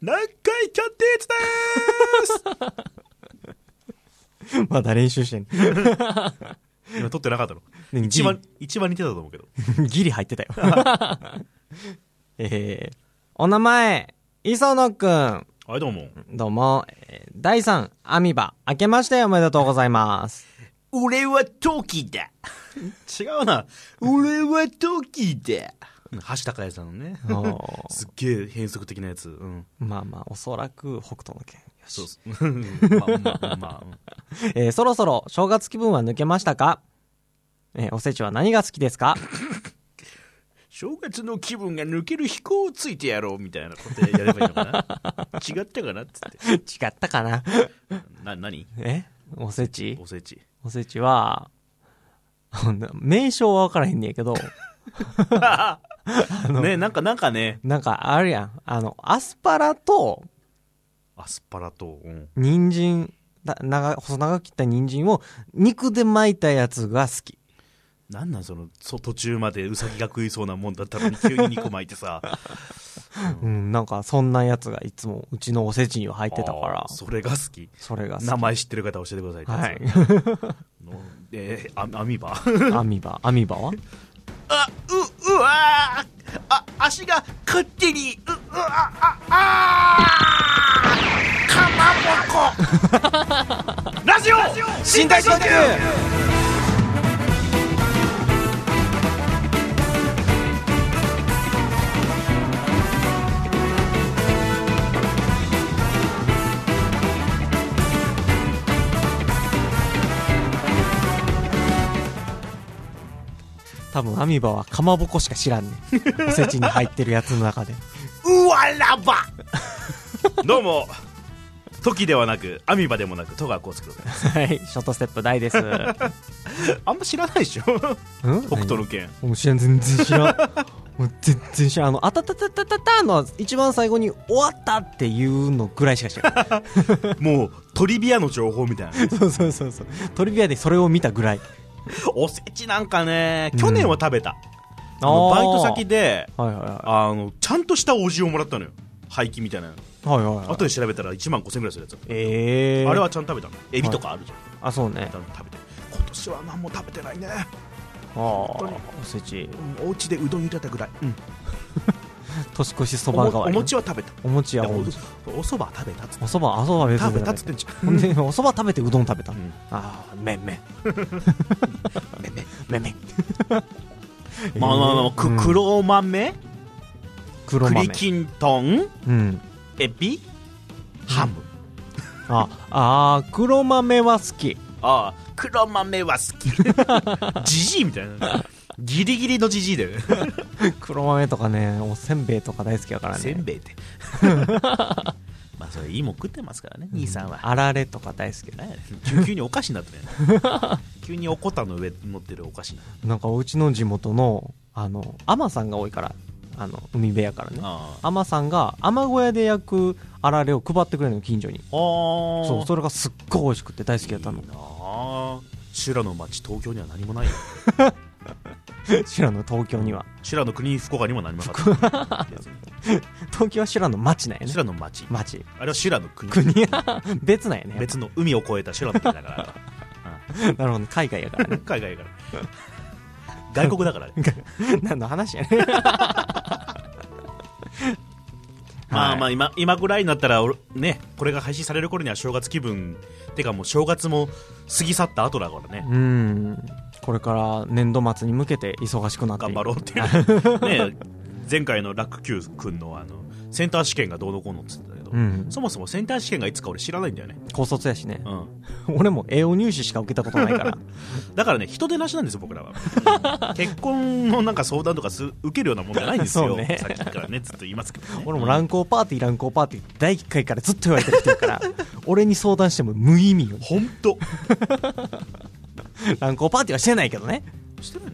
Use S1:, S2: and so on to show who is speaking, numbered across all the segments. S1: 南海キャンディーズです
S2: まだ練習してんの。
S1: 今撮ってなかったの
S2: ね
S1: 一番、一番似てたと思うけど。
S2: ギリ、ギリ入ってたよ。 えー、お名前、磯野くん。
S1: はい、どうも。
S2: どうも、えー第3、アミバ、明けましておめでとうございます。
S1: 俺はトキだ違うな。俺はトキだ橋高谷さんのね。
S2: おー
S1: すっげえ変則的なやつ。うん。
S2: まあまあ、おそらく北斗の剣。
S1: そうっす。まあまあまあ。
S2: えーそろそろ正月気分は抜けましたかえーおせちは何が好きですか
S1: 正月の気分が抜ける飛行をついてやろうみたいなことやればいいのかな違ったかなっつって。
S2: 違ったかな
S1: な、何
S2: えおせち
S1: おせ ち。
S2: おせちは、ほんな名称は分からへんねんけど、
S1: ね、なんか、なんかね、
S2: なんかあるやん。あの、アスパラと、
S1: アスパラと、うん
S2: 人参、だ長、細長く切った人参を肉で巻いたやつが好き。
S1: なんなんその、そ途中までウサギが食いそうなもんだったのに急に2個巻いて さ。
S2: うん、なんかそんなやつがいつもうちのおせちには入ってたから
S1: あー、それが好き。
S2: それが好き。
S1: 名前知ってる方教えてください。
S2: はい。
S1: のえー あアミバ
S2: アミバ、アミバは
S1: あ、う、うわーあ、足が勝手に、う、うわあ、あかまぼ こラジオ
S2: 新体操級多分アミバはかまぼこしか知らんねんおせちに入ってるやつの中で
S1: うわらばどうも、時ではなく、アミバでもなく、戸川浩介でござい ます。
S2: はいショートステップ大ですうん
S1: あんま知らないでしょ北斗の拳。
S2: もう知らん、全然知らん。 もう全然知らん。あの、あたたたたたたの一番最後に終わったっていうのぐらいしか知ら ん。
S1: もう、トリビアの情報みたいな。
S2: そうそうそうそう。トリビアでそれを見たぐらい。
S1: おせちなんかね、
S2: うん
S1: 去年は食べた。あの
S2: あ
S1: バイ
S2: ー
S1: ト先で、
S2: はいは
S1: あの、ちゃんとしたおじをもらったのよ。廃棄みたいなの。
S2: いはい。はいはい、はい。
S1: 後で調べたら1万5000円ぐらいするやつ。
S2: ええー。
S1: あれはちゃんと食べたの。エビとかあるじゃん。
S2: あ、そうね。
S1: 多分食べて。今年は何も食べてないね。
S2: ああ、
S1: 当に
S2: おせち。
S1: うんお家でうどん茹でたぐらい。うん。
S2: 年越しそ
S1: お
S2: ば代
S1: も
S2: わ
S1: お
S2: り。
S1: 餅は食べた。
S2: お餅や
S1: でも
S2: お
S1: お
S2: 餅。
S1: お蕎麦食べたっつって
S2: おそば、あ、そば別
S1: 食
S2: に
S1: べたっつってんじゃ
S2: ほ
S1: ん。
S2: んで、おそば食べてうどん食べた。
S1: ん
S2: ああ、めんめん。めんめん。めんめん。
S1: まあまあまあ、
S2: う
S1: く
S2: ん
S1: 黒豆、
S2: 黒豆
S1: 栗。きんとん、
S2: うん。
S1: エビ、ハム。
S2: あ、あー黒豆は好き。
S1: ああ、黒豆は好き。 ジジイみたいな。ギリギリのジジイだよね。
S2: 黒豆とかねおせんべいとか大好きだからね
S1: せんべい って。まあ、それいいもん食ってますからね、兄さんは。
S2: あられとか大好きだ
S1: なんやね急急にお菓子になってね。 急におこたの上に乗ってるお菓子になって
S2: なんかうちの地元のあの海女さんが多いからあの海辺やからね
S1: あ
S2: 海女さんが海女小屋で焼くあられを配ってくれるの近所に
S1: あ。あ
S2: そう
S1: う。
S2: それがすっごい美味しくて大好きだったの
S1: いいなあ。修羅の町、東京には何もないよ。
S2: 修羅の東京には
S1: 修羅の国、福岡にも何もなかった。別に
S2: 東京は修羅の町なんやね
S1: 修羅の町。
S2: 町
S1: あれは修羅の国。
S2: 国は 別なんやね
S1: 別の海を越えた修羅の国だから。
S2: なるほど海外やか らね
S1: 海外 だから。外国だからね。
S2: 何の話や ね
S1: まあまあ今今ぐらいになったら、おね、これが配信される頃には正月気分てかもう正月も過ぎ去った後だからね
S2: うんこれから年度末に向けて忙しくなって
S1: 頑
S2: いく
S1: 張ろうっていうね前回の楽球君のあのセンター試験がどうのこうのっつってたけど、
S2: うん
S1: そもそもセンター試験がいつか俺知らないんだよね、
S2: 高卒やしね
S1: うん、
S2: 俺も栄養入試しか受けたことないから
S1: だからね人手なしなんですよ僕ら は結婚のなんか相談とかす受けるようなもんじゃないんです
S2: そう
S1: よ、
S2: ね
S1: さっきからねずっと言いますけど、 ね、
S2: 俺も乱行パーティー乱行パーティー第1回からずっと言われてきてるから 俺に相談しても無意味よ
S1: ほんと
S2: 乱行パーティーはしてないけどね
S1: してないの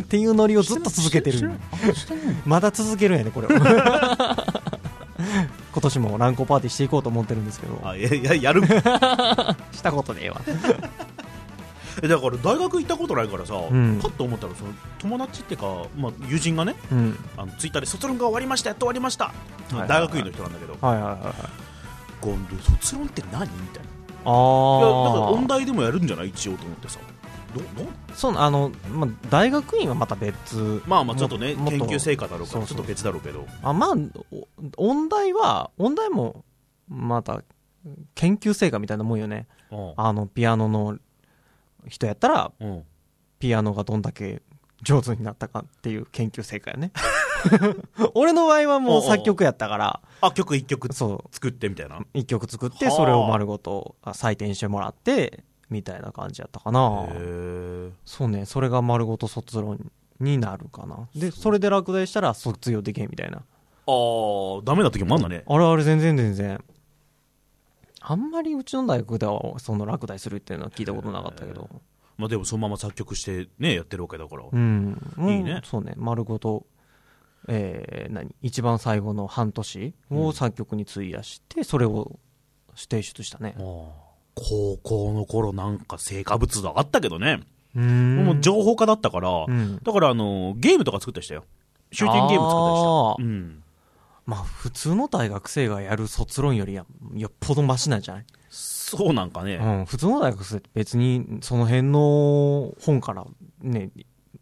S2: っていうノリをずっと続けてる
S1: してないの
S2: まだ続けるんやね これを今年も乱行パーティーしていこうと思ってるんですけど
S1: あいやいややる
S2: したことねえわ
S1: えだから大学行ったことないからさ、
S2: ん
S1: パッと思ったらその友達ってか、まあ、友人がね
S2: うん
S1: あのツイッターで「卒論が終わりましたやっと終わりました」
S2: はい
S1: 大学院の人なんだけど
S2: はいはいはいはい
S1: 「ゴンド卒論って何?」みたいない
S2: あ
S1: やだから
S2: あ
S1: 音大でもやるんじゃない一応と思ってさどど
S2: そうあの、まあ、大学院はまた別
S1: まあまあちょっとね
S2: も
S1: 研究
S2: もっ
S1: 成果だろうか
S2: そう
S1: ら
S2: そう
S1: ちょっと別だろうけど
S2: とあまあお音大は音大もまた研究成果みたいなもんよね
S1: うん
S2: あのピアノの人やったら
S1: うん
S2: ピアノがどんだけ上手になったかっていう研究成 果やね俺の場合はもう作曲やったから
S1: あ曲一曲
S2: そう
S1: 作ってみたいな
S2: 一曲作っ
S1: は
S2: て
S1: あ
S2: それを丸ごとあ採点してもらってみたいな感じやったかな
S1: へ
S2: そうねそれが丸ごと卒論になるかなでそれで落第したら卒業できへんみたいな
S1: あーダメな時もあんだね
S2: あれあれ全然全然あんまりうちの大学ではその落第するっていうのは聞いたことなかったけど
S1: まあでもそのまま作曲してねやってるわけだから
S2: うんもう
S1: いいね
S2: そうね丸ごとえー何一番最後の半年を作曲に費やしてそれを提出したね
S1: 高校の頃なんか成果物があったけどね
S2: うん
S1: もう情報化だったから
S2: うん
S1: だからあのゲームとか作ったりしたよシューティングゲーム作ったり
S2: あ
S1: し
S2: ー
S1: たうん
S2: まあ普通の大学生がやる卒論よりやよっぽどマシなんじゃない、
S1: そうなんかね
S2: うん、普通の大学生って別にその辺の本からね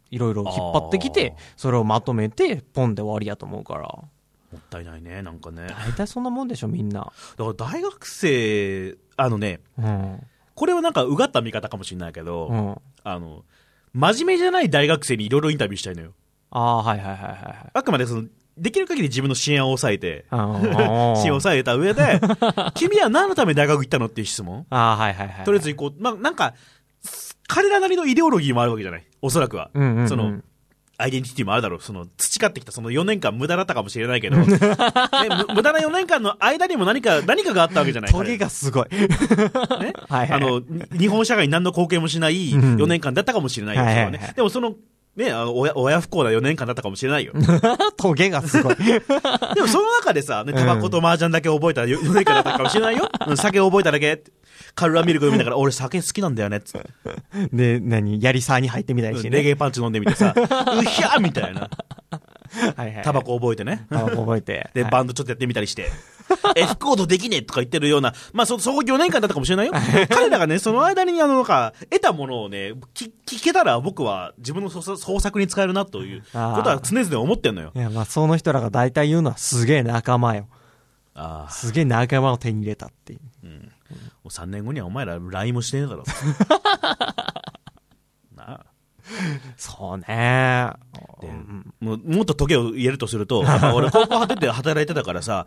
S2: いろいろ引っ張ってきて
S1: あ
S2: それをまとめてポンで終わりやと思うから
S1: もったいないねなんかね
S2: 大体そんなもんでしょみんな、
S1: だから大学生あのね
S2: うん
S1: これはなんかうがった見方かもしれないけど、
S2: うん、あ
S1: あの真面目じゃない大学生にいろいろインタビューしたいのよ
S2: あーはいはいはいはいはい
S1: あくまでそのできる限り自分の支援を抑えて
S2: あ ー
S1: 支援を抑えた上 で君は何のために大学行ったのっていう質問
S2: あーはいはいはい
S1: とりあえず行こう、まあ、なんか彼らなりのイデオロギーもあるわけじゃないおそらくは、
S2: うんうんうん
S1: そのアイデンティティもあるだろうその培ってきたその4年間無駄だったかもしれないけ ど、ねむ無駄な4年間の間にも何か何かがあったわけじゃない
S2: トゲがすごい
S1: ね
S2: はいはい
S1: あの、に日本社会に何の貢献もしない
S2: うん
S1: 4年間だったかもしれないよ、そ
S2: はいは
S1: れは
S2: いはい
S1: ね。でもその、ね、あの親親不幸な4年間だったかもしれないよ。で
S2: トゲが すごい
S1: もその中でさ、ね、タバコと麻雀だけ覚えたら 4, 年間だったかもしれ ないよ。うん酒覚えただけって。カルラミルク飲みながら、俺酒好きなんだよねっつって。
S2: で何やりさに入ってみたいし
S1: レ
S2: ね、
S1: ゲエパンチ飲んでみて さ、うひゃーみたいな。
S2: はいはい
S1: タバコ覚えてね。
S2: タバコ覚えて
S1: で、
S2: はい
S1: バンドちょっとやってみたりして。F コードできねえとか言ってるような、まあ、そ、そこ4年間だったかもしれない よ。彼らがね、その間に、あの、なんか、得たものをね、き聞けたら僕は自分の創創作に使えるなということ
S2: あー
S1: は常々思ってんのよ。
S2: いや、まあ、その人らが大体言うのは、すげえ仲間よ。
S1: ああ、
S2: すげえ仲間を手に入れたっていう。
S1: もう3年後にはお前ら LINE もしてねえだろ。なあ。
S2: そうね。
S1: でもうもっと時を言えるとすると、やっぱ俺高校出て働いてたからさ、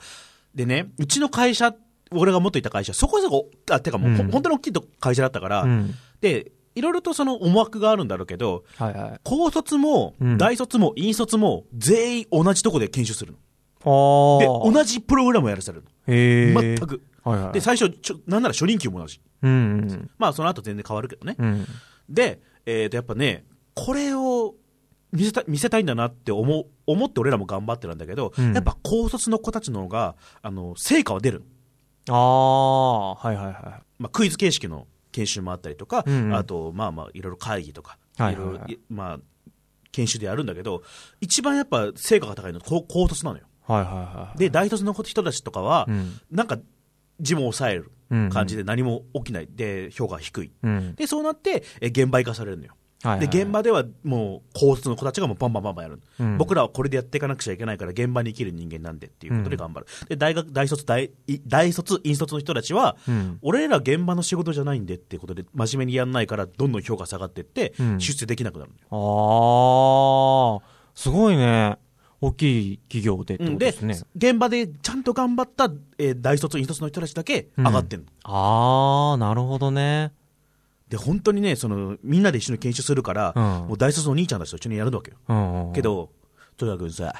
S1: でね、うちの会社、俺が元いた会社、そこそこ、あ、てかもう、ほ
S2: うん
S1: 本当に大きいと会社だったから、
S2: うん。
S1: で、いろいろとその思惑があるんだろうけど、
S2: はいはい。
S1: 高卒も
S2: うん
S1: 大卒も引卒も全員同じとこで研修するの。
S2: お
S1: で、同じプログラムをやらされる
S2: へえ。
S1: の。全。く。
S2: はいはい。
S1: で、最初、ちょなんなら初任給も同じ。
S2: うんうん。
S1: まあ、その後全然変わるけどね。
S2: うん。
S1: で、えっと、やっぱね、これを見せた見せたいんだなって思う思って俺らも頑張ってるんだけど、
S2: うん
S1: やっぱ高卒の子たちの方が、あの、成果は出るの。
S2: ああ、はいはいは
S1: まあ、クイズ形式の研修もあったりとか、
S2: うんうん
S1: あと、まあまあ、いろいろ会議とか、
S2: はいい
S1: ろ
S2: はいいはい
S1: ろ、いまあ、研修でやるんだけど、一番やっぱ成果が高いのは高高卒なのよ。
S2: い。はいはいはい。
S1: で、大卒の人たちとかは
S2: う、ん、
S1: なんか、字も抑える
S2: うん。
S1: 感じで何も起きない。で、評価が低い。
S2: うん。
S1: で、そうなって、え現場行かされるのよ。
S2: はいはい。
S1: で、現場ではもう、高卒の子たちがもうバンバンバンバンやるの。
S2: うん
S1: 僕らはこれでやっていかなくちゃいけないから、現場に生きる人間なんでっていうことで頑張る。で、大学、大卒、大、い大卒、引卒の人たちは、
S2: うん。
S1: 俺ら現場の仕事じゃないんでってことで真面目にやんないからどんどん評価下がってって
S2: うん
S1: 出世できなくなるのよ、
S2: ああ、すごいね。大きい企業でってこと
S1: で
S2: ですね。
S1: 現場でちゃんと頑張った、えー大卒引卒の人たちだけ上がってんの、
S2: ああ、なるほどね。
S1: で本当にねそのみんなで一緒に研修するから、
S2: うん
S1: もう大卒のお兄ちゃんたちと一緒にやるわけよ、
S2: うんうん。
S1: けど戸田君さ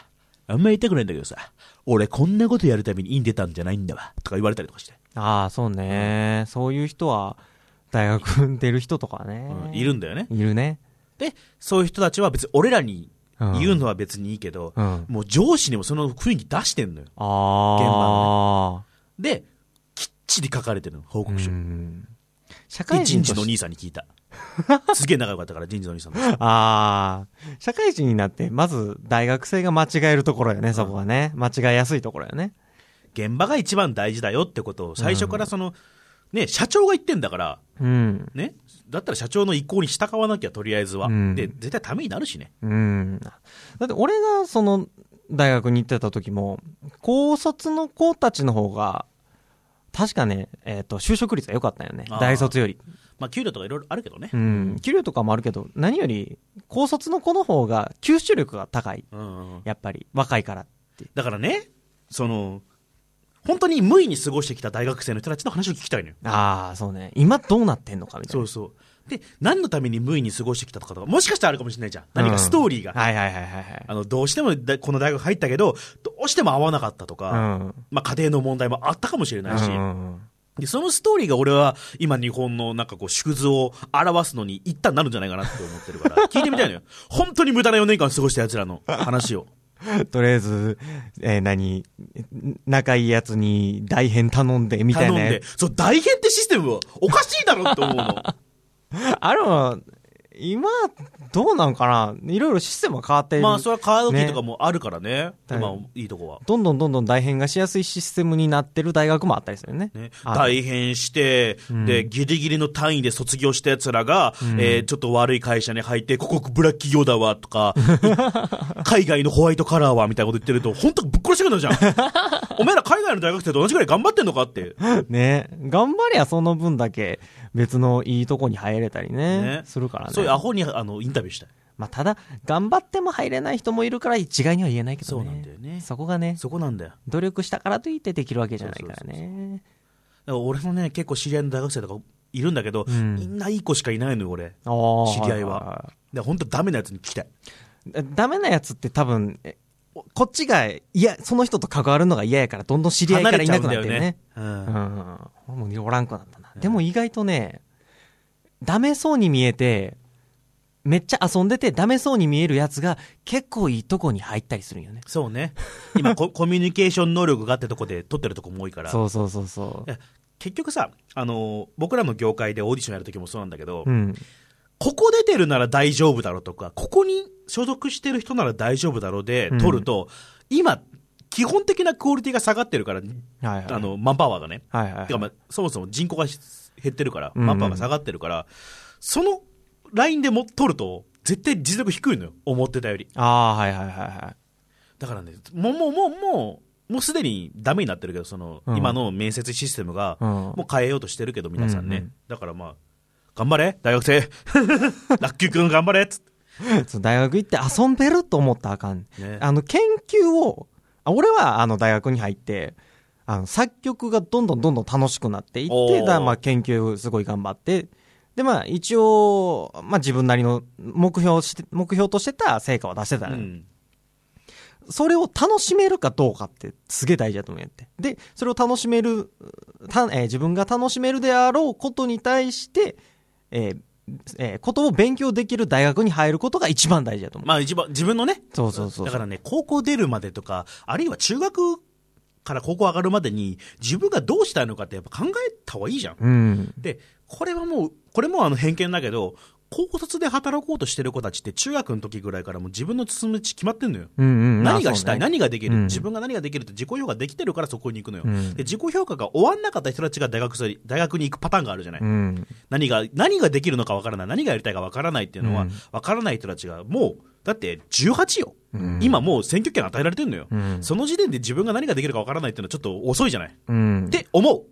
S1: あんま言いたくないんだけどさ俺こんなことやるために院出たんじゃないんだわとか言われたりとかして、
S2: ああ、そうね、そういう人は、大学出る人とかね。
S1: うんいるんだよね
S2: いるね。
S1: でそういう人たちは別に俺らに
S2: うん
S1: 言うのは別にいいけど、
S2: うん。
S1: もう上司にもその雰囲気出してんのよ
S2: ああ。
S1: で、きっちり書かれてるの、報告書。
S2: うん。社
S1: で、
S2: 会
S1: 人
S2: 人
S1: 事
S2: と
S1: のお
S2: し
S1: 兄さんに聞いた。すげえ仲良かったから、人事の兄さんと。
S2: あー社会人になって、まず大学生が間違えるところよね、そこはね。間違えやすいところよね。
S1: 現場が一番大事だよってことを、最初からその、ね、社長が言ってんだから、
S2: うん。
S1: ね、だったら社長の意向に従わなきゃ、とりあえずは。
S2: うん
S1: で、絶対ためになるしね。
S2: うん。だって俺がその大学に行ってた時も、高卒の子たちの方が、確かね、えっ、と、就職率が良かったよね
S1: あー。
S2: 大卒より。
S1: まあ、給料とかいろいろあるけどね
S2: う。ん。給料とかもあるけど、何より、高卒の子の方が吸収力が高い。
S1: うんうん
S2: やっぱり、若いからって。
S1: だからね、その、本当に無意に過ごしてきた大学生の人たちの話を聞きたいのよ。
S2: ああ、そうね。今どうなってんのかみたい
S1: そ
S2: な。
S1: うそう。で、何のために無意に過ごしてきたとかとか、もしかしたらあるかもしれないじゃん。何かストーリーが。
S2: はいはいはいはいはい。
S1: あの、どうしてもだこの大学入ったけど、どうしても合わなかったとか、
S2: うん。
S1: まあ家庭の問題もあったかもしれないし、
S2: うん
S1: で、そのストーリーが俺は今日本のなんかこう縮図を表すのに一旦なるんじゃないかなって思ってる から、聞いてみたいのよ。本当に無駄な4年間過ごした奴らの話を。
S2: とりあえず、えー何、仲いいやつに大変頼んでみたい
S1: 頼ん
S2: なや
S1: で、そう、大変ってシステムはおかしいだろって思う の。
S2: あれは、今、どうなんかないろいろシステムが変わっている。
S1: まあ、それはカードキー
S2: ね
S1: とかもあるからね。
S2: はい
S1: まあ、いいとこは。
S2: どんどんどんどん大変がしやすいシステムになってる大学もあったりするよね。
S1: ね、
S2: あ
S1: 大変して、で、ギリギリの単位で卒業した奴らが、えーちょっと悪い会社に入って、ここブラック企業だわとか、 海外のホワイトカラーはみたいなこと言ってると、本当ぶっ殺してくる じゃん。お前ら海外の大学生と同じくらい頑張ってんのかって。
S2: ね。頑張りゃその分だけ別のいいとこに入れたりね。
S1: ね
S2: するからね。
S1: そういうアホに、あの、インタビューしたい。
S2: まあ、ただ、頑張っても入れない人もいるから一概には言えないけど
S1: そう
S2: ね。
S1: なんだよね。
S2: そこがね、
S1: そこなんだよ。だか
S2: 努力したからといってできるわけじゃないからね。
S1: ら俺のね、結構知り合いの大学生とかいるんだけど、
S2: ん
S1: みんないい子しかいないのよ、俺。
S2: あー
S1: 知り合いは
S2: はは
S1: で、本当ダメなやつに聞きたい。
S2: ダメなやつって多分、えこっちが、いや、その人と関わるのが嫌やから、どんどん知り合いからいなくなってね。
S1: 離れちゃうん
S2: う
S1: だよね。
S2: ん。俺もおらんくなったな。でも意外とね、ダメそうに見えて、めっちゃ遊んでてダメそうに見えるやつが結構いいとこに入ったりするんよね。
S1: そうね。今 コ、コミュニケーション能力があってとこで取ってるとこも多いから。
S2: そうそうそうそ
S1: いや結局さ、あのー僕らの業界でオーディションやるときもそうなんだけど、
S2: う。うん。
S1: ここ出てるなら大丈夫だろうとか、ここに所属してる人なら大丈夫だろうで、
S2: うん
S1: 取ると、今、基本的なクオリティが下がってるから、
S2: はいはい。
S1: あ、の、マンパワーがね。
S2: はいはい
S1: てか、まあ、そもそも人口が減ってるから、
S2: うんうん
S1: マンパワーが下がってるから、そのラインでも取ると、絶対実力低いのよ、思ってたより。
S2: ああー、はいはいはいはい。
S1: だからね、もう、もう、もう、もう、もうすでにダメになってるけど、その、
S2: うん
S1: 今の面接システムが、
S2: うん
S1: もう変えようとしてるけど、皆さんね。
S2: うんうん
S1: だからまあ、頑張れ、大学 生。ラッキー君頑張れっつって。
S2: そう大学行って遊んでると思ったらあかん。
S1: ね
S2: あの、研究を、あ俺はあの大学に入って、あの、作曲がどんどんどんどん楽しくなっていっ
S1: お
S2: て、
S1: ー
S2: だからまあ研究すごい頑張って、でまあ一応、まあ自分なりの目標して、目標としてた成果は出してた
S1: う
S2: のよ、
S1: ん。
S2: それを楽しめるかどうかってすげえ大事だと思うんやって。で、それを楽しめる、たえー自分が楽しめるであろうことに対して、えーえーことを勉強できる大学に入ることが一番大事だと思う。
S1: まあ一番、自分のね。
S2: そうそうそうそう
S1: だからね、高校出るまでとか、あるいは中学から高校上がるまでに、自分がどうしたいのかってやっぱ考えた方がいいじゃん。
S2: うん。
S1: で、これはもう、これもあの偏見だけど、高卒で働こうとしてる子たちって中学の時ぐらいからもう自分の進む道決まってんのよ。
S2: うんうん。
S1: 何がしたい、
S2: あそうね
S1: 何ができる、
S2: うん
S1: 自分が何ができるって自己評価できてるからそこに行くのよ、
S2: うん
S1: で自己評価が終わんなかった人たちが大学生大学に行くパターンがあるじゃない、
S2: うん。
S1: 何が何ができるのかわからない何がやりたいかわからないっていうのは、
S2: うん
S1: わからない人たちがもうだって18よ、
S2: うん
S1: 今もう選挙権与えられてるのよ、
S2: うん
S1: その時点で自分が何ができるかわからないっていうのはちょっと遅いじゃない、
S2: うん。
S1: って思う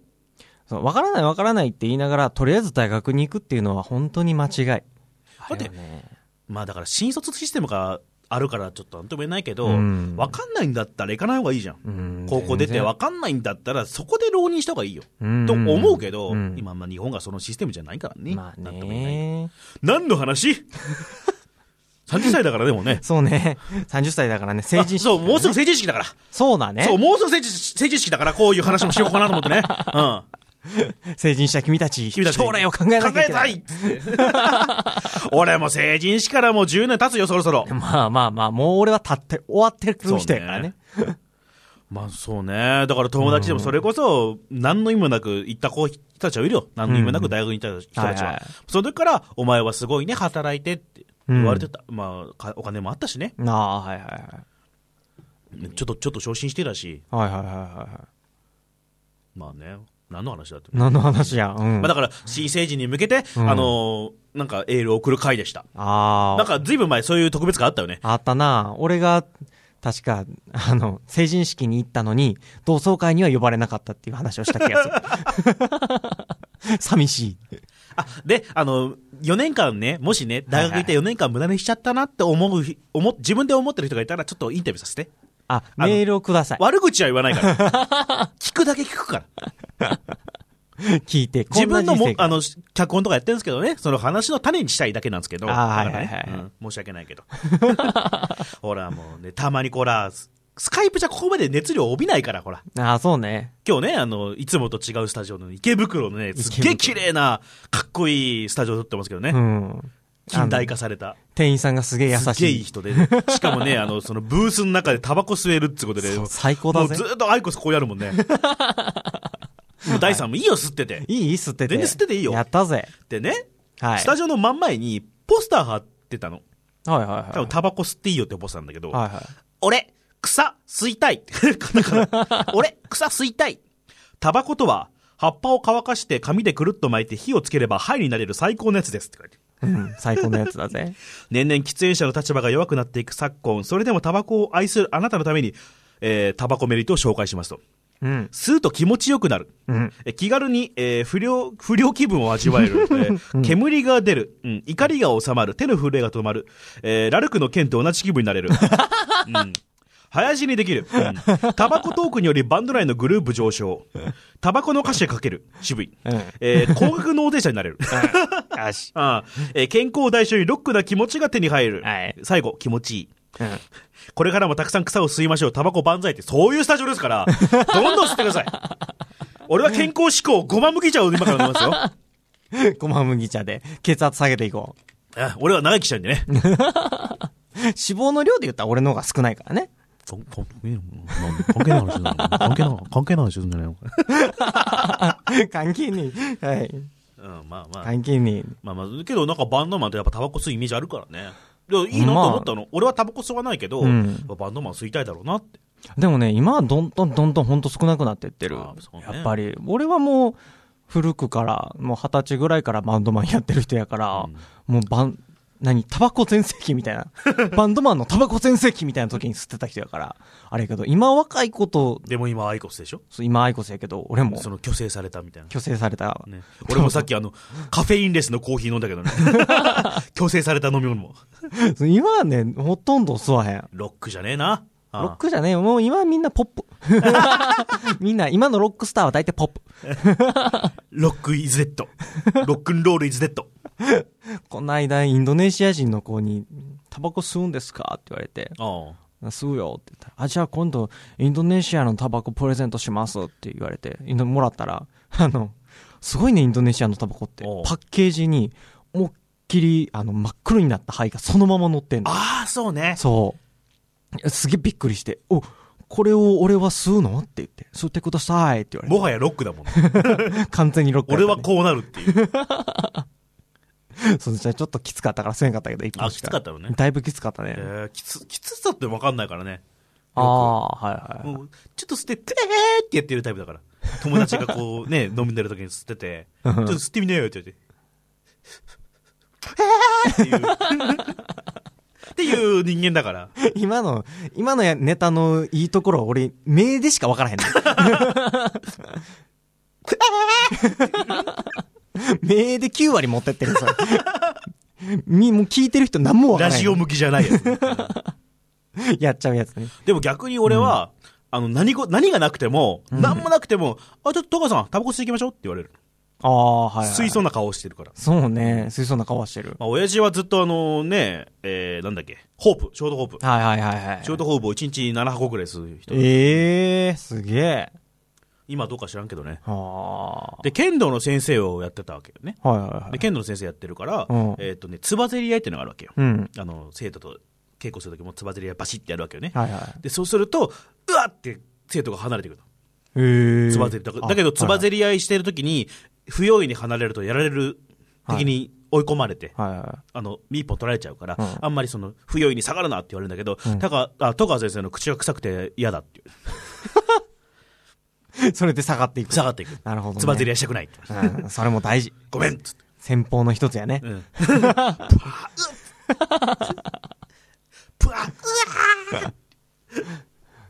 S2: そう、わからないわからないって言いながら、とりあえず大学に行くっていうのは本当に間違い。だ
S1: だって、まあだから新卒システムがあるからちょっとなんとも言えないけど、
S2: うん
S1: わかんないんだったら行かない方がいいじゃん、
S2: うん
S1: 高校出てわかんないんだったらそこで浪人した方がいいよ、
S2: うん
S1: と思うけど、
S2: うん
S1: 今まあ日本がそのシステムじゃないからね。
S2: まあ
S1: なんとも言えない
S2: ね。
S1: 何の 話 ?30 歳だからでもね。
S2: そうね。30歳 だからね、成人
S1: あ
S2: 式。
S1: そう、もうすぐ成人式だから。
S2: そうだね
S1: そ。う、もうすぐ成人成人式だからこういう話もしようかなと思って ね。うん。
S2: 成人した君たち、
S1: 君たち
S2: 将来を考えなきゃいけない。
S1: 考えたい 俺も成人式からもう10年経つよ、そろそろ。
S2: まあまあまあ、もう俺は立って、終わってる人やからね。
S1: まあそうね。だから友達でもそれこそ、何の意味もなく行った子人たちはいるよ。何の意味もなく大学に行った人たち
S2: はいはい
S1: は。その時から、お前はすごいね、働いてって言われてた。まあ、かお金もあったしね。
S2: ああ、はいはいはい。
S1: ちょっと、ちょっと昇進してたし。
S2: はいはいはいはいは
S1: まあね、何の話だって。
S2: い。何の話や。うん。
S1: まあだから、新成人に向けて、
S2: ん
S1: あのーなんかエールを送る会でした。
S2: ああ。
S1: なんか、ずいぶん前、そういう特別感あったよね。
S2: あったな。俺が、確か、あの、成人式に行ったのに、同窓会には呼ばれなかったっていう話をした気がす る。寂しい。
S1: あ、で、あの、4年間ね、もしね、大学行って4年間無駄にしちゃったなって思うひ、思っ自分で思ってる人がいたら、ちょっとインタビューさせて。
S2: あ、
S1: の
S2: メールをください。
S1: 悪口は言わないから。 聞くだけ聞くから。
S2: 聞いて。
S1: 自分の
S2: こ
S1: も
S2: んな人生、が
S1: あの、脚本とかやってるんですけどね、その話の種にしたいだけなんですけど。
S2: あーはい
S1: だからね
S2: はいはい
S1: うん申し訳ないけど。 ほら、もうね、たまにこら、ススカイプじゃここまで熱量帯びないから、ほら。
S2: あーそうね。
S1: 今日ね、あの、いつもと違うスタジオの池袋のね、すっげえ
S2: 池
S1: 綺麗な、かっこいいスタジオ撮ってますけどね。
S2: うん。
S1: 近代化された。
S2: 店員さんがすげえ優
S1: すっげえいい
S2: しい。
S1: 人で、ね、しかもね、あの、そのブースの中でタバコ吸えるってことで、
S2: そ
S1: も
S2: う最高だ
S1: う
S2: ぜ
S1: ず。ーっとアイコスこうやるもん ね。もう第3もいいよ、吸ってて。
S2: いい吸ってて。
S1: 全然吸ってていいよ
S2: やったぜ。
S1: でね、
S2: はい。
S1: スタジオの真ん前にポスター貼ってたの。
S2: はいはいはい。
S1: 多分タバコ吸っていいよってポスターなんだけど、
S2: はいはい。
S1: 俺、草吸いた い。カタカナ俺、草吸いたい。タバコとは、葉っぱを乾かして紙でくるっと巻いて火をつければ灰になれる最高のやつですって書いてある
S2: うん、最高のやつだぜ。
S1: 年々喫煙者の立場が弱くなっていく昨今、それでもタバコを愛するあなたのために、えータバコメリットを紹介しますと。
S2: うん。
S1: 吸うと気持ちよくなる。
S2: うん。
S1: え気軽に、えー不良、不良気分を味わえる。 えー煙が出る、うん。怒りが収まる。手の震えが止まる。えーラルクの剣と同じ気分にな れる。うん早死にできる。うんタバコトークによりバンド内のグループ上昇。タバコの歌詞が書ける。渋い。
S2: うん。
S1: えー高額納税者になれ る。
S2: よし。
S1: ああえー健康を代償にロックな気持ちが手に入る。
S2: はい
S1: 最後、気持ちいい。
S2: うん。
S1: これからもたくさん草を吸いましょう。タバコ万歳って、そういうスタジオですから、どんどん吸ってください。俺は健康志向、ごま麦茶を今から飲みますよ。
S2: ごま麦茶で血圧下げていこう。
S1: あ俺は長生きしたいんでね。
S2: 脂肪の量で言ったら俺の方が少ないからね。
S1: 関係ない話なの関係ない、関係ない話するんじゃないの
S2: 関係ねえ。はい。
S1: うん、まあまあ。
S2: 関係ねえ。
S1: まあまあ、けどなんかバンドマンってやっぱタバコ吸うイメージあるからね。でもいいなと思ったの。俺はタバコ吸わないけど、
S2: うん
S1: バンドマン吸いたいだろうなって。
S2: でもね、今はどんどんどんどんほんと少なくなってってる。
S1: あそうね
S2: やっぱり。俺はもう、古くから、もう二十歳ぐらいからバンドマンやってる人やから、もうバン、何タバコ全盛期み たいな。バンドマンのタバコ全盛期みたいな時に吸ってた人やから。あれやけど、今若い子と、
S1: でも今、アイコスでしょ
S2: そう今アイコスやけど、俺も
S1: その、虚勢されたみたいな。
S2: 虚勢された。
S1: ね、俺もさっきあの、カフェインレスのコーヒー飲んだけどね。強制された飲み物も。
S2: そう今はね、ほとんど吸わへん。
S1: ロックじゃねえな。ああ
S2: ロックじゃねえよ。もう今はみんなポ ップ。 みんな、今のロックスターは大体ポップ。
S1: ロックイズデ ッド。ロックンロールイズデッド。
S2: この間、インドネシア人の子に、タバコ吸うんですかって言われて、
S1: ああ
S2: 吸うよって言ったら、あ、じゃあ今度、インドネシアのタバコプレゼントしますって言われて、インドもらったら、 あの、すごいね、インドネシアのタバコって
S1: おう。
S2: パッケージに、思いっきり、あの、真っ黒になった灰がそのまま乗ってんの。
S1: ああ、そうね。
S2: そう。すげえびっくりして、お、これを俺は吸うのって言って、吸ってくださいって言われて
S1: もはやロックだもん。、
S2: 完全にロックやっ
S1: 俺
S2: たね、
S1: はこうなるっていう。
S2: そうじゃあちょっときつかったから吸えんかったけど、一
S1: あ、
S2: 本
S1: きつ
S2: しか。
S1: かったのね。
S2: だいぶきつかったね。
S1: えー、きつ、きつさってわかんないからね。
S2: ああ、はいはいはい。
S1: もうちょっと吸って、てーってやってるタイプだ から。友達がこうね、飲んでる時に吸ってて、ちょっと吸ってみなよって言って。 えーっていう。っていう人間だから。
S2: 今の、今のやネタのいいところは俺、目でしか分からへんねん。 目で9割持ってってるそれ。み、もう聞いてる人何も分から
S1: ラ
S2: へん。
S1: ジオ向きじゃないやつ。
S2: やっちゃうやつね。
S1: でも逆に俺は、あの、何ご、何がなくても、何もなくても、あ、ちょっと、トカさん、タバコ吸い行きましょうって言われる。
S2: ああ、はい、はい。
S1: 水槽な顔してるから。
S2: そうね。水槽な顔してる。
S1: まあ、親父はずっとあのね、えー、なんだっけ、ホープ、ショートホープ。
S2: はいはいはいはい
S1: ショー。トホープを1日7箱ぐらい吸う人。
S2: ええー、すげえ。
S1: 今どうか知らんけどね。
S2: ああ。
S1: で、剣道の先生をやってたわけよね。
S2: はいはいは
S1: で、
S2: い。
S1: 剣道の先生やってるから、
S2: うん
S1: えっ、とね、つばぜり合いっていうのがあるわけよ。
S2: うん。
S1: あの、生徒と稽古するときもつばぜり合いバシッてやるわけよね。
S2: はいはい。
S1: で、そうすると、うわって生徒が離れていくると。
S2: へえ。
S1: つばぜりだからだけど、つば
S2: り。
S1: ぜり合いしてるときに、不用意に離れるとやられる的に追い込まれて、
S2: はいは
S1: あの、一本取られちゃうから、
S2: うん
S1: あんまりその、不用意に下がるなって言われるんだけど、
S2: うん
S1: たかあ戸川先生の口が臭くて嫌だっていう。
S2: いはい。それで下がっていく。
S1: 下がっていく。
S2: なるほどね。
S1: つばぜり合いしたくないって。
S2: うんそれも大事。
S1: ごめんっつって。
S2: 戦法の一つやね。
S1: うん。ぷわーうっぷわー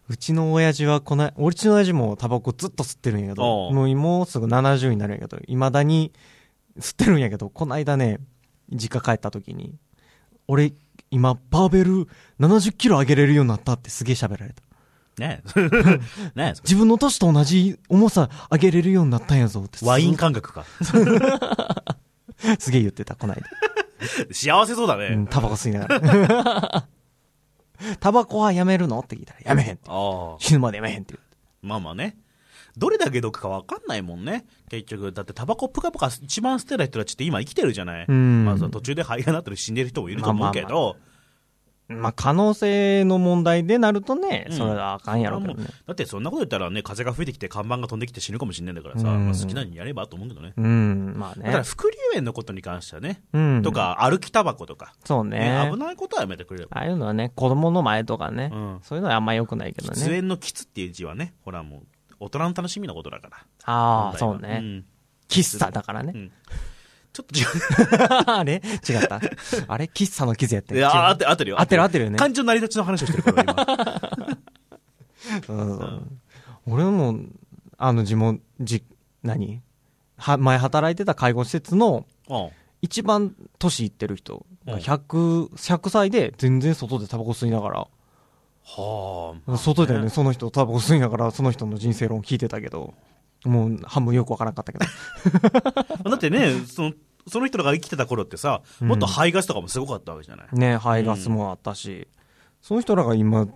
S2: うちの親父はこない、俺ちの親父もタバコずっと吸ってるんやけ
S1: お
S2: ど、
S1: う
S2: もうもうすぐ70になるんやけど、未だに吸ってるんやけど、こないだね、実家帰った時に、俺、今、バーベル70キロ上げれるようになったってすげえ喋られた。
S1: ね え。ねえ。
S2: 自分の年と同じ重さ上げれるようになったんやぞってす。
S1: ワイン感覚 か。
S2: すげえ言ってた、こないだ。
S1: 幸せそうだ
S2: う
S1: ね
S2: ん、。タバコ吸いながら。 タバコはやめるのって聞いたら、やめへんって。
S1: ああ。
S2: 死ぬまでやめへんって言う。
S1: まあまあね。どれだけ毒かわかんないもんね。結局。だってタバコぷかぷか一番捨てない人たちって今生きてるじゃない。
S2: うん
S1: まあその途中で肺がなってる死んでる人もいると思うけ
S2: まあまあ
S1: ど。
S2: まあ、可能性の問題でなるとね、
S1: うん
S2: それはあかんやろうけどね。
S1: だってそんなこと言ったらね、風が吹いてきて看板が飛んできて死ぬかもしれないんだからさ、
S2: うん
S1: まあ、好きなようにやればと思うけどね。
S2: うん、まあ
S1: だから
S2: ね。
S1: 副流煙のことに関してはね、
S2: うん。
S1: と。か歩きタバコとか、
S2: そう
S1: ね
S2: ね
S1: 危。ないことはやめてくれれば。
S2: ああいうのはね、子供の前とかね
S1: うん。
S2: そういうのはあんま良くないけど
S1: 喫
S2: ね。
S1: 煙の喫っていう字はね、ほらもう、大人の楽しみなことだから。
S2: ああ、そう
S1: 問題は
S2: ね。喫茶だから
S1: う
S2: ね
S1: ん。。うんちょっと違う。
S2: あれ違った。あれ喫茶の傷やった
S1: いや、あ合
S2: よ
S1: っ。て合ってるよ。
S2: 合ってる合ってるよね
S1: 感情成り立ちの話をしてるから、 今。
S2: 違ううん俺も、あの、地元、じ、何は、前働いてた介護施設の
S1: うん
S2: 一番年いってる人
S1: うん
S2: が100、100歳で全然外でタバコ吸いながら、
S1: はあ。
S2: 外でね、その人、タバコ吸いながら、その人の人生論聞いてたけど、もう半分よくわからなかった けど。
S1: だってね、その、その人らが生きてた頃ってさ、もっと排ガスとかもすごかったわけじゃない。
S2: ね、排ガスもあったし、その人らが今、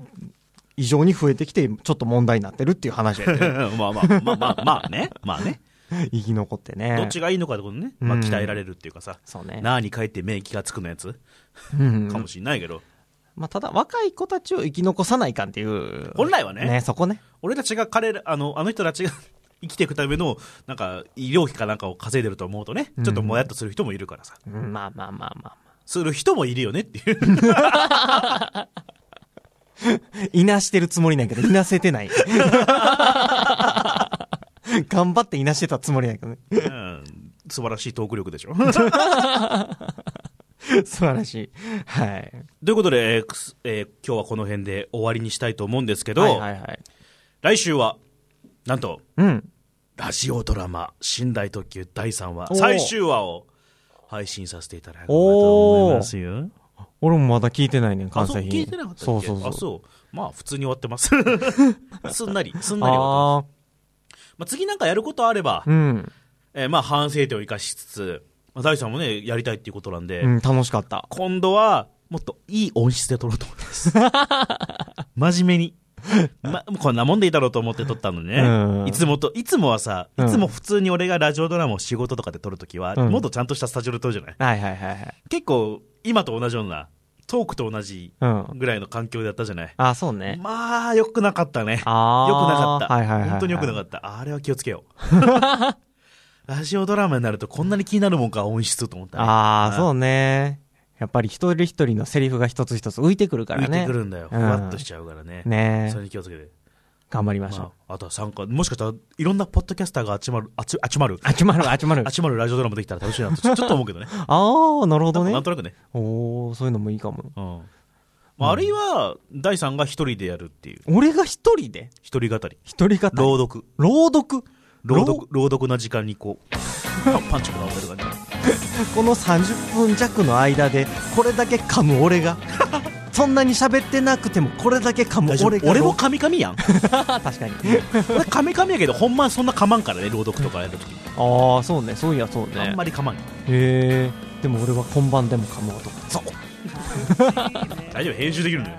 S2: 異常に増えてきて、ちょっと問題になってるっていう 話やね。
S1: まあまあ、まあまあ、まあね。まあね。
S2: 生き残ってね。
S1: どっちがいいのかってことね。まあ、
S2: うん
S1: 鍛えられるっていうかさ。
S2: そうね。
S1: なあに帰って免疫がつくのやつ
S2: うん
S1: かもしんないけど、
S2: まあ、ただ、若い子たちを生き残さないかんっていう。
S1: 本来はね
S2: ね、そこね。
S1: 俺たちが彼ら、あの、あの人たちが 生きていくための、なんか、医療費かなんかを稼いでると思うとね、ちょっともやっとする人もいるからさ。
S2: うんまあまあまあまあます
S1: る人もいるよねっていう。
S2: あ。いなしてるつもりなんやけど、いなせ てない。頑張っていなしてたつもりなんやけどね。
S1: うん素晴らしいトーク力でしょ。
S2: 素晴らしい。はい。
S1: ということで、えーくすえー今日はこの辺で終わりにしたいと思うんですけど、
S2: はいはいはい。
S1: 来週は、なんと、
S2: うん。
S1: ラジオドラマ、寝台特急第3話
S2: お、ー
S1: 最終話を配信させていただこうかと思いますよ。
S2: 俺もまだ聞いてないねん、
S1: あ、
S2: 関
S1: そう、
S2: 西品。
S1: 聞いてなかったっけ
S2: そうそう
S1: あ、
S2: そう。
S1: そう。まあ、普通に終わって ます。すんなり、すんなり終わってま
S2: あ
S1: す。まあ、次なんかやることあれば
S2: あー、、うん。
S1: えーまあ、反省点を生かしつつ、まあ、第3話もね、やりたいっていうことなんで、
S2: うん、楽しかった。
S1: 今度は、もっといい音質で撮ろうと思い ます。真面目に。ま、こんなもんでいいだろうと思って撮ったの
S2: うん
S1: ね。いつもと、いつもはさ、い
S2: うん
S1: つも普通に俺がラジオドラマを仕事とかで撮るときは、
S2: うん
S1: もっとちゃんとしたスタジオで撮るじゃない
S2: はいはいはいはい。
S1: 結構、今と同じような、トークと同じ
S2: うん。
S1: ぐらいの環境でやったじゃない
S2: あ、そうね。
S1: まあ、良くなかったね。
S2: ああ。
S1: 良くなかった。
S2: はいはいはい。
S1: 本当に良くなか
S2: っ
S1: った。あれは気をつけよ う。ラジオドラマになるとこんなに気になるもんか、音質と思ったね、
S2: あ
S1: う
S2: あ、
S1: ん
S2: そうね。やっぱり一人一人のセリフが一つ一つ浮いてくるから
S1: 浮いて
S2: ね
S1: く。るんだよ。ふ
S2: うん
S1: わっとしちゃうからね。
S2: ね
S1: そ
S2: え
S1: れに気をつけて。
S2: 頑張りましょう
S1: ま。あ、あとは参加、もしかしたらいろんなポッドキャスターが集まる、あち集まる、
S2: あちまる、あちまる。あ
S1: 集まるラジオドラマできたら楽しいなと、ちょちょっと思う けどね。
S2: あ、なるほど
S1: な
S2: ね
S1: ん。となくね。
S2: おおそういうのもいいかも。
S1: うん。まあ、あるいは、第三が一人でやるっていう、
S2: 俺が一人で
S1: 一人語り。
S2: 一人語り。
S1: 朗読。
S2: 朗読。
S1: 朗読、朗読な時間にこう、パンパンチョク直せる感じ。
S2: この30分弱の間でこれだけ噛む俺が そんなに喋ってなくてもこれだけ噛む
S1: 大丈
S2: 俺
S1: 夫
S2: が
S1: 俺もカミカミやん。
S2: あ確かに
S1: 俺カミカミやけど、ほんまそんなかまんからね、朗読とかやるとき。
S2: ああそうねそういやそう
S1: あん
S2: ね
S1: まりかまん。
S2: へえでも俺は本番でも噛む男 そう
S1: 大丈夫、編集できるのよ。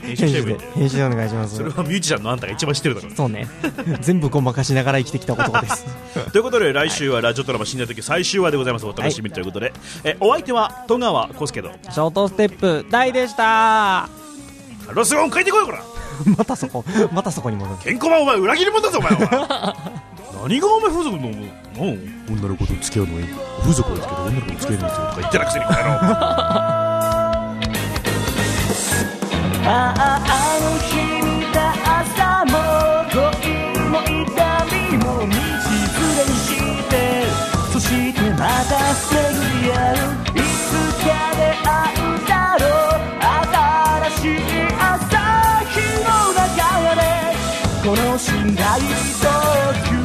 S1: 編集
S2: 編
S1: しちゃえ
S2: 集
S1: ばいい
S2: で
S1: んだよ。
S2: 編集でお願いします
S1: それはミュージシャンのあんたが一番知ってるだから。
S2: そうね 全部ごまかしながら生きてきた男です
S1: ということで来週はラジオドラマ「死んだ時」最終話でございますお楽しみということで、えお相手は戸川浩介の
S2: ショートステップ大でした
S1: 「ロスゴン書いてこいこら!」
S2: またそこ、またそこに戻る。
S1: ケンコバお前裏切り者だぞお前は 何がお前風俗のもう女の子と付き合うのはいい風俗はですけど女の子と付き合うのはいいですよとか言ってなくせにこの野郎
S3: あああの日見た朝も恋も痛みも道連れにしてそしてまた巡り合ういつか出会うだろう新しい朝日の中でこの信頼と空